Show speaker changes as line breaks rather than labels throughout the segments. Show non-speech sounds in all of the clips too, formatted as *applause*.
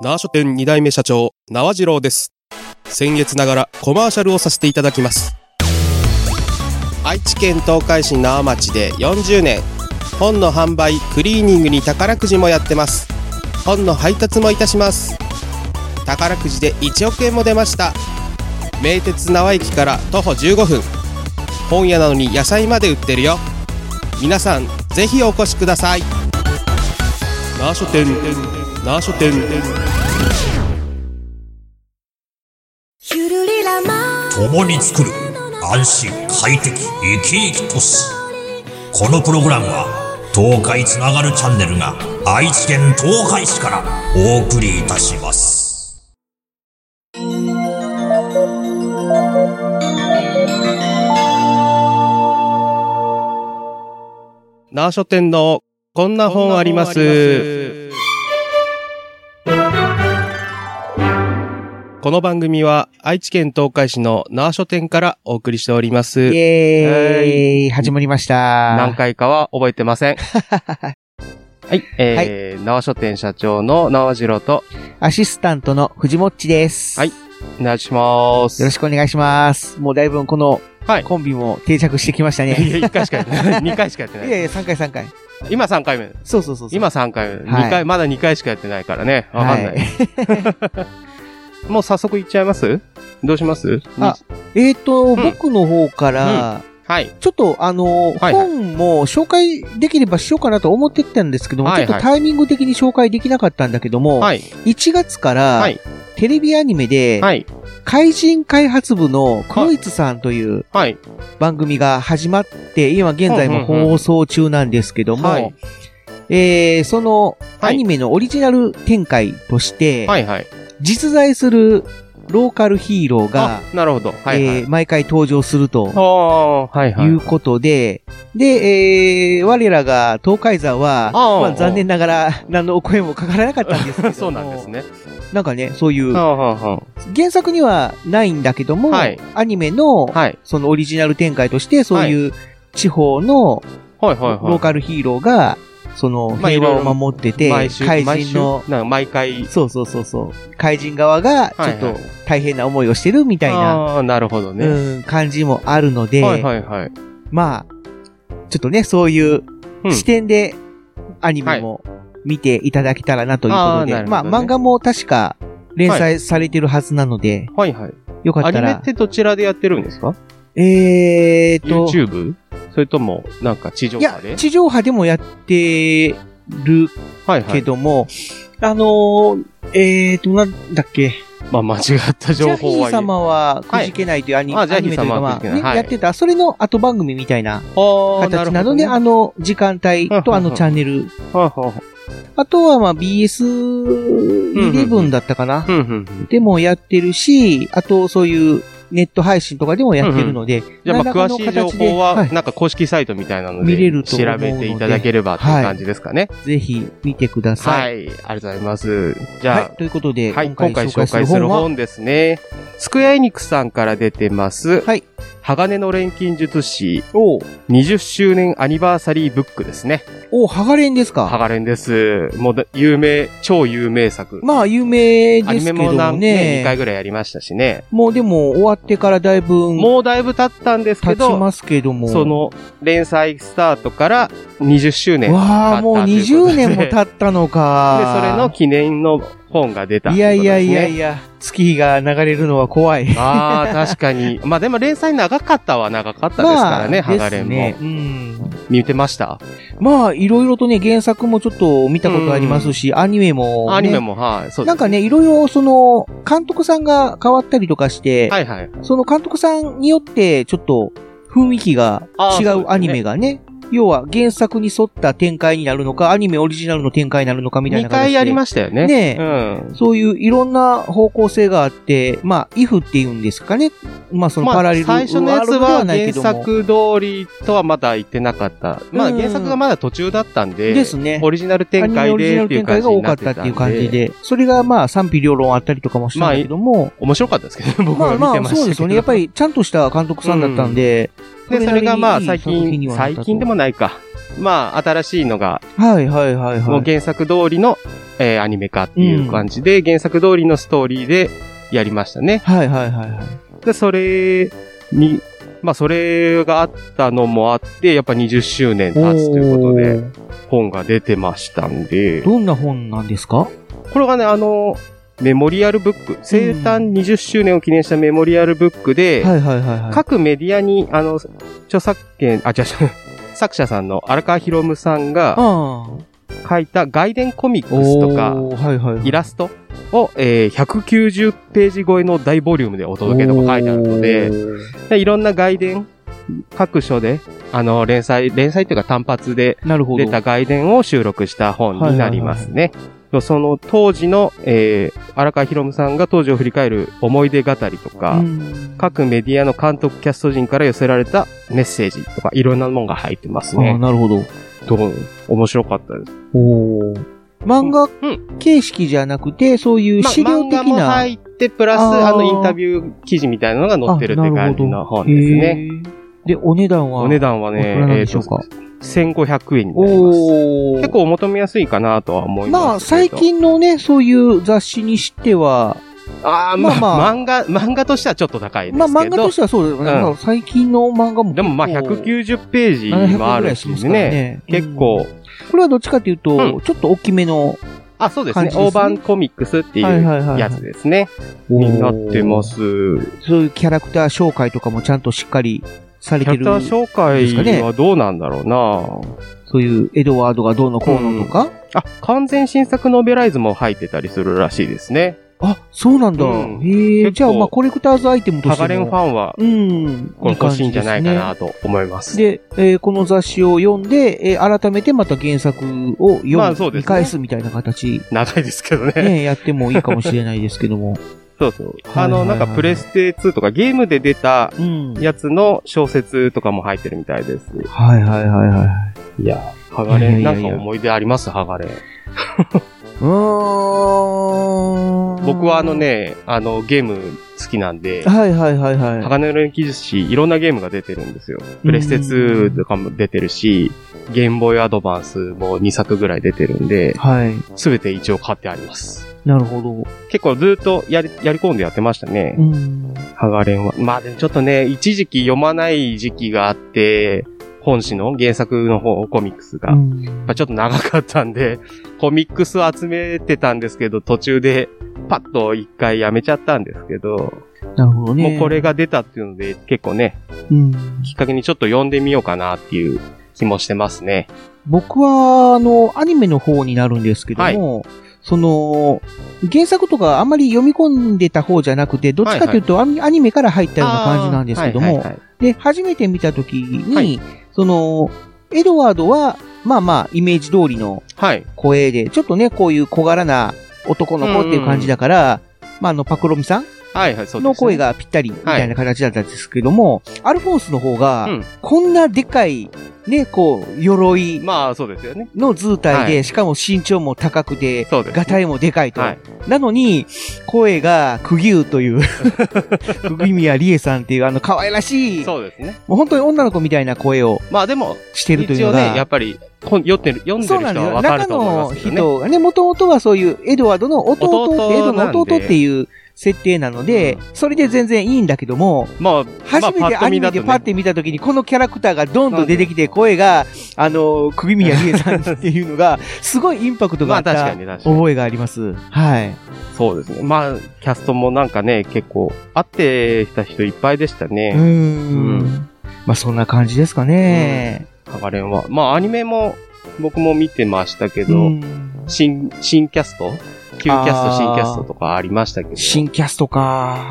縄書店2代目社長、縄次郎です。先月ながらコマーシャルをさせていただきます。愛知県東海市縄町で40年、本の販売、クリーニングに宝くじもやってます。本の配達もいたします。宝くじで1億円も出ました。名鉄縄駅から徒歩15分。本屋なのに野菜まで売ってるよ。皆さん、ぜひお越しください。縄書店、縄書店。
ゆるりらま
共に作る安心快適生き生き都市このプログラムは東海つながるチャンネルが愛知県東海市からお送りいたします
縄書店のこんな本あります。この番組は愛知県東海市の縄書店からお送りしておりま
イ
す。
エーイ始まりました。
何回かは覚えてま
*laughs*
せん。はい、えー、縄書店社長の縄次郎と、
アシスタントの藤もっちです。
はい
よ
お願いします。
ろしくお願いします。もうだいぶこの
はい
コンビも定着してきました
い
ね。
や、1回しかやって
*laughs*
ない。2回しかやって
い
な
やい
い。
や、3回3回。
今3回目。
そうそうそうそう。
今3回目。
はい
2回、まだ2回しかやってないからね。わかんない。
はい
もう早速行っちゃいますどうします
あえっ
ん
と、僕の方から、
はい。
ちょっとあの、
はい
本も紹介できればしようかなと思ってたんですけども、
はいはい
ちょっとタイミング的に紹介できなかったんだけども、
はい。
1月から、
はい
テレビアニメで、
はい。
怪人開発部のクロイツさんという、
はい。
番組が始まって、今現在も放送中なんですけども、
はい。
えー、その
は
ア
い
ニメのオリジナル展開として、
はい。はい。
実在するローカルヒーローが
あ、、なるほど。はい。はい
えー毎回登場する
あ
と
あ、はいはいい。
うことで、で、えー、我らが東海座は、
あー
まあ、残念ながら何のお声もかからなかったんですけ
*laughs*
ど
そうなんです。ね。
なんかね、そういう
は、あはあは
原作にはないんだけども、
はい
アニメの、
あはい。
そのオリジナル展開として、そういう地方の、
はいはいはい。
ローカルヒーローが、その、
まあ
平和
いろいろ
を守ってて、
毎週、
怪
毎
人
週
の、、
なんか毎回。
そうそうそうそう、怪人側が、ちょっ
はい
と
はい
大変な思いをしてるみたいな、
ああ、なるほどね。
うん、感じもあるので、
はいはいはい。
まあ、ちょっとね、そういう
うん
視点で、アニメも見ていただけたらなという
あ
こと
ー
で、
なるほ
ま
ど
あ、
ね
漫画も確か、連載されてるはずなので、
はいはい。
よか
ア
っ
ニ
た
メ
ら
っ、てどちらでやってるんですか
えーと、
?YouTube? それとも、なんか地上
いや
波で、
地上波でもやってる
はいは
け
い。
ども、あのー、えーと、なんだっけ。
まあ、間違った
ジ
情
ャヒ
報は言
ー
え。
様はくじけないというアニ,、
はいあジャヒ
メ
ー
という
様
か、
はく
ま
じけ
あ、
ない
ね
はい
やってた、それの後番組みたいな
ああ、
形なので、
る
あの、時間帯
うんうんう
と
ん
あのチャンネ
ほ
ル。
どね、はいはいはい
あとは、まあ、BS11 だったかな、
うんうんうん。
でもやってるし、あと、そういうネット配信とかでもやってるので、
じゃあ、ま
何
あ、
らか
詳しい
の
情
形で
報は、
はい
なんか公式サイトみたいなので、
見れると
調
思うので
べていただければっていう感じですかね。
ぜひ見てくださ。
はいい、ありがとうございます。じ
はい。
ゃ
ということで、
あ、はい、
今
今
回
回
紹
紹
介
介
す
す
る
る
本は、
本ですね。スクエアエニックスさんから出てます。
はい。
鋼の錬金術師
お
20周年アニバーサリーブックですね。
お、ハガレンです
ハ
か
ガレンです。もうだ、有名、超有名作。
まあ、有名
ア
で
ニ
すけ
メ
ど
も
も
何ね、
ね。
2回ぐらいやりましたしね。
もうでも終わってからだいぶ
もうだいぶ経ったんですけ
経ち
ど、
ますけども。
その、連載スタートから20周年。
わあ、もう
経ったということで
20年も経ったの
*laughs* で、それの
か。
記念の本が出たって
い
こと
や
ですね。
いやいやいや、月日が流れるのは怖い。
ああ、確か
*laughs*
に。まあでも連載長かったは長かったですからね、ハガレンも
で。すね
見てました
うんまあ、いろいろとね、原作もちょっと見たことありますし、アニメも、ね。
アニメも、はい、そうで
な
す
んかね、いろいろ、その、監督さんが変わったりとかして、
はいはい。
その監督さんによって、ちょっと、雰囲気が
あー
違
そうです
う
ね
アニメがね、要は原作に沿った展開になるのか、アニメオリジナルの展開になるのかみたい
2
な形で。
回やりましたよね。
ねえ
うん。
そういういろんな方向性があって、まあ、イフっていうんですかね。まあ、そのパラレルワー
最
ルド
初
で
のやつは
はないけ
原
ども。
作通りとはまだ言ってなかった。まあ
うん
原作がまだ途中だったんで、
ですね。
オリジナル展
アニメ
開
オリジナ
でっ
ル
ていう
展
感
開
じ
が
に
多
な
か
っ
って
た
た
ん
っ
で。
ていう感じ。で、それがまあ賛否両論あったりとかもしたんだけども、
面白かったですけどね、僕
ま
は
あ
見
ま
て
あ
ましたけど。
そうですよね。やっぱりちゃんとした監督さんだったんで、
で、それがまあ
それな
最
りにい
近、
い作品にはなった
最
と
近でもないか。まあ新しいのが、
はいはいはい
もう
はい。
原作通りのえーアニメ化っていう感じで、原作通りのストーリーでやりましたね。
はいはいはいはい。
で、それに、まあ、それがあったのもあって、やっぱ20周年経つということで、
おー
本が出てましたんで、
どんな本なんですか
これがね、あの、メモリアルブック、生誕20周年を記念したメモリアルブックで、
はいはいはいはい。
各メディアに、あの、著作権、あ、じ *laughs* ゃ作者さんの荒川博夢さんが
ああ。
書いた外伝コミックスとか、
おーはいはいはい。
イラストを、えー190ページ超えの大ボリュームでお届けとか書いてあるので、でいろんな外伝、各所で、あの、連載、連載というか単発で
なるほど。
出た外伝を収録した本になりますね。その当時の、えー、荒川博夢さんが当時を振り返る思い出語りとか、
うん
各メディアの監督、キャスト陣から寄せられたメッセージとか、いろんなものが入ってます
ああ、
ね。
なるほど。
どう面白かったです。
おお。漫画
ん
形式じゃなくて、そういう資料
漫
的
画
な。
も入って、プラス、
あ
あ
ー
の、インタビュー記事みたいなのが載ってるって感じの本ですね。
ね。で、お値段は
お値段は
おいくらなん
ね、
でしょうか。
1500円になります。
おお。
結構お求めやすいかなとは思います。
まあ、最。近のね、そういう雑誌にしては、
ああ、まあ
まあま
ま
あ
あ、漫画、漫画としてはちょっと高いですけ
まあ
ど。
漫画としてはそうですよね。
うん
まあ最近の漫画も結構。
でもまあ、190ページ
700
もあ
ぐら
る
いし
し
ますから
ね。
ね。
結
うん。
構、
これはどっちかという
う
と、ちょっと大きめの。
あ、そうです
感
ね。
じですね
大判コミックスってい
はいはいはいうはい
やつですね。になってま。す。
そういうキャラクター紹介とかもちゃんとしっかりされ
キャ
て
ラク
る
タ。ー紹介はどうなんだろうな、
そういうエドワードがどうのこうのとか。
あ、完全新作ノベライズも入ってたりするらしいですね。
あ、そうなんだ。
うん
へえ。
構
じゃあ、まあコレクターズアイテムと
タ
しても。
ガレンファンは、
うん。
これ欲しいんじゃないか
いい感じですね
なと思います。
で、えーこの雑誌を読んで、えー改めてまた原作を読む、
まあそうですね
見返すみたい
*laughs*
な形、
長いですけどね。
ね、やってもいいかもしれないですけど
*laughs*
も。
そうそう。
はいは
あ
いはい
の、なんかプレステ2とかゲームで出た
うん。
やつの小説とかも入ってるみたいです。
はいはいはいはい。
いや、ハガレン、
いや
ないん
やい
か
や
思い出ありますハガレン。
うーん。
僕はあの。ね、あの、ゲーム好きなんで、
はいはいはいはい。
鋼の錬金術師、いろんなゲームが出てるんですよ。プレステ2とかも出てるし、ゲームボーイアドバンスも2作ぐらい出てるんで、
はい。
すべて一応買ってあります。
なるほど。
結構ずっとやり、やり込んでやってましたね
う。ん。
ハガレンは。まあでもちょっとね、一時期読まない時期があって、本誌の原作の方、コミックスが。
う
やっ
ん
ぱちょっと長かったんで、コミックスを集めてたんですけど、途中でパッと一回やめちゃったんですけど、
なるほどね。
もうこれ、が出たっていうので、結構ね、
うん。
きっかけにちょっと読んでみようかなっていう気もしてますね。
僕は、あの、アニメの方になるんですけども、その、原作とかあんまり読み込んでた方じゃなくて、どっちかというとアニアニメから入ったような感じなんですけど
はいは
も
い、はい
で、初めて見たときに、
はい
その、エドワードは、まあまあ、イメージ通りの
はい。
声で、ちょっとね、こういう小柄な男の子っていう感じだから、まあ、あの、パクロミさん
はいはい、そうです、
の声。がぴったりみたいな形だったんですけども、アルフォンスの方が、
うん
こんなでかい、ね、こう、鎧
まあ、そうですよね。
の図体で、
は
しかも身長も高くて、
そうです、
ガタイもでかいと。
はい。
なのに、声が、くぎゅうと
*laughs*
いう、くぎみやりえさんっていう、あの、可愛らしい、も
そうですね。
う本当に女の子みたいな声を
まあでも、
してるという
一
の
応
が、
ね、やっぱり、こん読んでる、読んで
そう
る
なん
人
です
は
よ。
わかる
中
と思いま
の
すけどね。
人がね、もともとはそういうエドワードの弟って、
弟
エドの弟
なんで
っていう設定なので、それで全然いいんだけども、
まあ、まあ、
初めてアニメでパッ
とね
て見たときに、このキャラクターがドンと出てきて、声が、あの、首宮理恵さんっていうのが、すごいインパクトが
ま
あっ
あ確か
た
に確かに。
覚えがあります。はい。
そうですね。まあ、キャストもなんかね、結構、会ってきた人いっぱいでした
うー。
ね。うん
まあそんな感じですかね。
ハガレンは。まあ、アニメも、僕も見てましたけ
う
ど、
ん
新、新キャスト旧キャス
あー
ト、新キャストとかありましたけど。
新キャストか。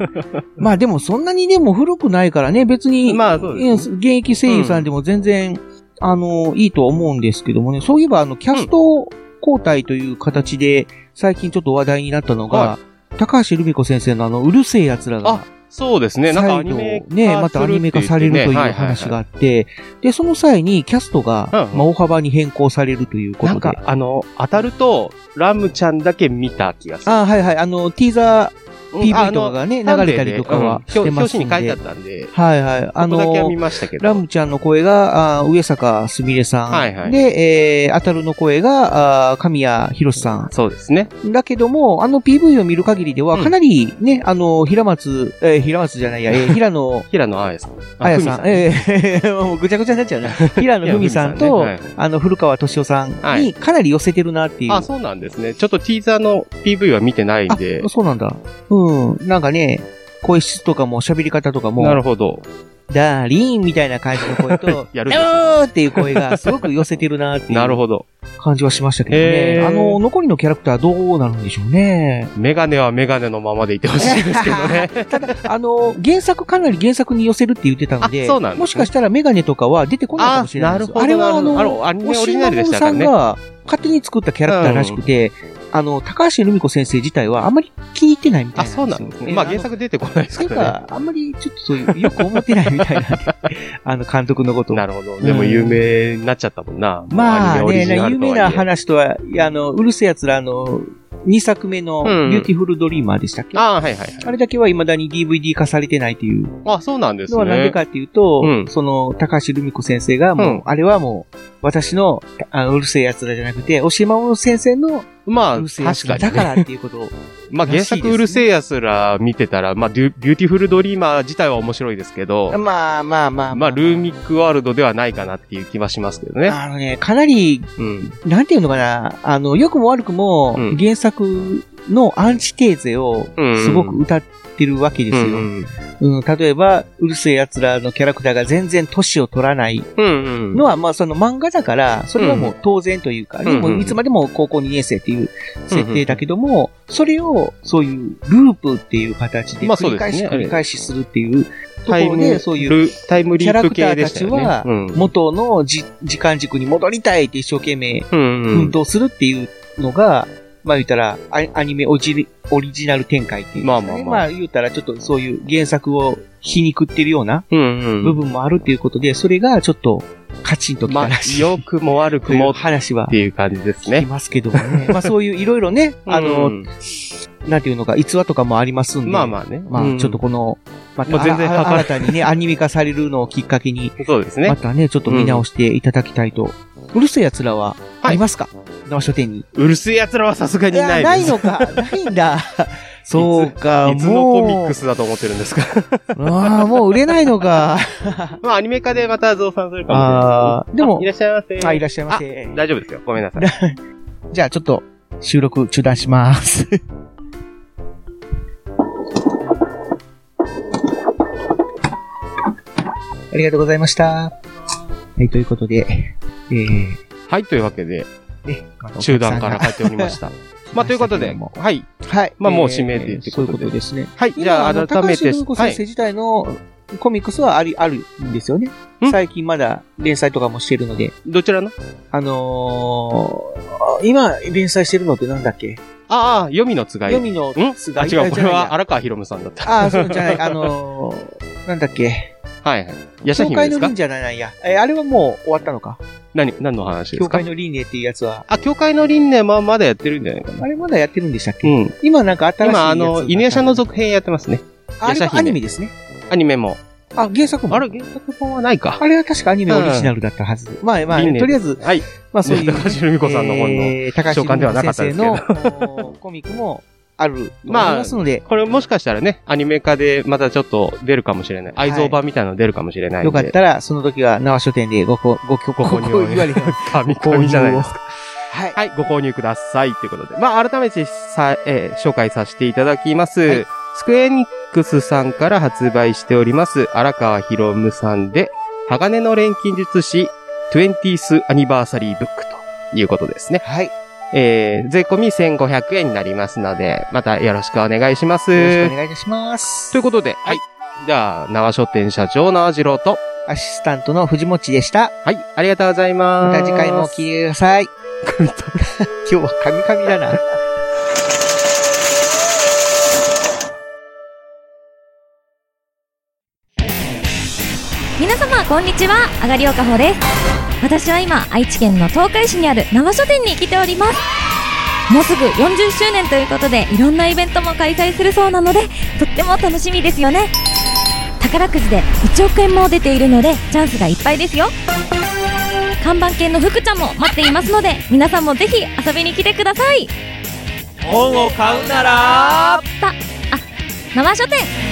*laughs* まあでもそんなにでも古くないからね、別に、
まあそう
うん
ですね。
現役声優さんでも全然、あの、いいとは思うんですけどもね、そういえば、あの、キャスト交代という形で、最近ちょっと話題になったのが、
は
高橋留美子先生のあの、うるせえ奴らが
あ、そうですね。なんかアニメ化
ね、またアニメ化されるという
す
話
るっ
があって、で、その際にキャストが、
うんうん
まあ、大幅に変更されるという
てい
こ
うねはいはいはい
と
なん
で
か、、あの、当たると、ラムちゃんだけ見た気がする。
あはいはい、あの、ティーザー PV とかがね、流れたりとかはして
表
ます
紙
ん
に書いてあ
で
っ。たんで、
はいはい。あ
そこだけは
の
見、ましたけど。
ラムちゃんの声が、あー上坂すみれさん。
はいはい
で、えー、アタルの声が、あー神谷博さん。
そうですね。
だけども、あの PV を見る限りでは、
うん
かなりね、あの、平松、えー平松じゃ
*laughs*
ないや、えー平野
平野綾さん。
綾
文
さん、えー *laughs* もうぐちゃぐちゃになっちゃ
*laughs*
うね。平野文さんと、
いや文さんね
あの、古川敏夫さん
は
に
い
かなり寄せてるなっていう。
あ、そうなんですね。ちょっとティーザーの PV は見てないんで
あ、そうなんだ。うん。なんかね、声質とかも喋り方とかも、
なるほど。
ダーリンみたいな感じの声と
*laughs* 、やるんで
う
すね
ーっていう声がすごく寄せてるなってい
なる
う
ほど。
感じはしましたけどね。
へー
あの、残りのキャラクターどうなるんでしょうね。
メガネはメガネのままでいてほしいですけどね。
ただ、あの、原作かなり原作に寄せるって言ってたので、
あそうなんですね
もしかしたらメガネとかは出てこないかもしれないです。 *laughs* あれはあ
なる
の、
ほどアニメオ
押
リジ
島
ナルでしたか
さ
ら
ん
ね。
が勝手に作ったキャラクターらしくて、あの、高橋留美子先生自体はあまり気に入ってないみたい
あ、
なんです
そうなん
よ。
ですね。まあ原作出てこないです
そう
け
いう
どね。
か、あんまりちょっとそういう、よく思ってないみたいなんで、 *laughs* あの、監督のことを。
なるほど。でも有名になっちゃったもんな。
まあ
もうアニメオリ
ね、
ジナ
有
ルと
名
はいえ
な話とは、いやあの、うるせえ奴ら、あの、2作目の、ビ
うん
ューティフルドリーマーでしたっけ、
ああ、はいはいはい。
あれだけは未だに DVD 化されてないという
あ、そうなんです
のは
ね。
なんでかっていうと、
うん
その、高橋留美子先生が、もう、
うん
あれはもう、私の、あのうるせえ奴らじゃなくて、押し守先生の
まあ、
うる
確
せえ
からにね、
奴だからっていうことを、
まあ原作うるせえやすら見てたら、まあデュビューティフルドリーマー自体は面白いですけど、
まあまあま
*laughs*
あ
まあルーミックワールドではないかなっていう気はしますけどね。
あのね、かなり
うん。
なんていうのかな、あの、良くも悪くも、
うん
原作のアンチテーゼを
うん
すごく歌ってるわけですよ。う
うんん
例えば、うるせえ奴らのキャラクターが全然年を取らない
うんうん。
のは、まあその漫画だから、それはもう当然というか、
ん
で
うんう
も
ん
いつまでも高校2年生っていう設定だけども、それをそういうループっていう形で
まあそ
繰
うです
り返し
ね
繰り返しするっていうとこ
タイ
ろ
ム
で、そういう
ルタイムリ
キ
ー
ャラ
プ
クタ
系
ー
で
た
した
ち
よね。
は
うん、
元のじ時間軸に戻りたいって一生懸命
うんう
奮
ん、
闘するっていうのが、まあ言ったら、アニアニメオジオリジナル展開っていうんですかね
まあまあまあ
まあ言ったら、ちょっとそういう原作を皮肉ってるような
うんうん
部分もあるっていうことで、それがちょっとカチンとき
ま
た
あ
らし、い。
良くも悪
と
く
い
も
う
っ
話は
ていう感じです
聞き
ね。
ますけども
*laughs*
ね。まあそういういろいろね、あ
う
の、
ん
なんていうのか、逸話とかもありますんで。
まあまあね。
まあ。
うん
ちょっとこの、ま
ま
た、
あ全然
あ
かかる *laughs*
新たにね、アニメ化されるのをきっかけに、
そうです
ま
ね。
たね、ちょっと見直していただきたいと。うるせえ奴らは、ありますか生書店に。
うるせえ奴らはさすがに
いや
ない
な
で
い
す。
のか。ない
*laughs*
んだ。そうか、
いつのコミ
も
ッ
う
ク。スだと思ってるんですか。
ああ、もう売れない
*laughs*
のか。
まあ、アニメ化でまた増産するかもしれない
ああ、で
です。
も
い、らっしゃいませ。
あ、いらっしゃいませ。
大丈夫ですよ。ごめんなさい。
じゃあちょっと、収録中断します。 *laughs* ありがとうございました。はい、ということで、えー、
はい、というわけで、
ね、またお客さんが
中断から帰っておりま
*laughs*
した。まあ、ということで、
来ましたけども
はい。
はい。
まあもう
えー
指名でって
そ
こ
うい
と
う
で
ことですね。
はい、じゃあ、
今の
改め
高橋
て、
留美子
は
先生
い。
自体のコミックスはあり、あるんですよね。
ん
最近まだ連載とかもしてるので。
どちらの
あのー、今連載してるのってなんだっけ
ああ、読みのつがい。
読みの
ん
つ
あ、
がい
違う、これは
あ
荒川博夢さんだった。
あー、そうじゃない、あのー、なんだっけ
はいはい。ヤシャ
教
姫
会
です
の
か
輪じゃないや。え、あれはもう終わったのか。
何、何の話で
教
すか
会の輪廻っていうやつは。
あ、教会の輪廻はまだやってるんじゃないかな。
あれまだやってるんでしたっけ、
うん。
今なんか新しいやつ
今、あの、犬屋社の続編やってますね。
ああれ
夜叉
は
姫
アニメですね。
アニメも。
あ、原作も。
あれ、原作本はないか。
あれは確かアニメオリジナルだったはず。まあまあ、
輪廻
とりあえず、
はい。
まあ
そ
そうういう。
高橋留美子さんの *laughs* 本の。
えー高橋
召喚ではなかったですけど
留美子先生のコミックもあると思いますので、
これもしかしたらね、アニメ化でまたちょっと出るかもしれない。愛蔵版みたいなの出るかもしれないんで。
よかったら、その時は縄書店でごこごごご
ご購入を
ご言われてます
神々じゃないですか。
はい。
はい、ご購入ください。ということで。まあ、改めてさ、えー紹介させていただきます。
はい
スクエニックスさんから発売しております、荒川博夢さんで、鋼の錬金術師 20th アニバーサリーブックということですね。
はい。
えー、税込み1500円になりますので、またよろしくお願いします。
よろしくお願いいたします。
ということで、はい。じゃあ、縄書店社長縄次郎と、
アシスタントの藤持でした。
はい、ありがとうござい
ま
ます。
た次回もお聞きください。 *laughs* 今日は神々だな。
皆様こんにちはあがりおかほです私は今愛知県の東海市にある生書店に来ておりますもうすぐ40周年ということで、いろんなイベントも開催するそうなので、とっても楽しみですよね。宝くじで1億円も出ているので、チャンスがいっぱいですよ。看板犬の福ちゃんも待っていますので、皆さんもぜひ遊びに来てください。
本を買うなら
た、あ、縄書店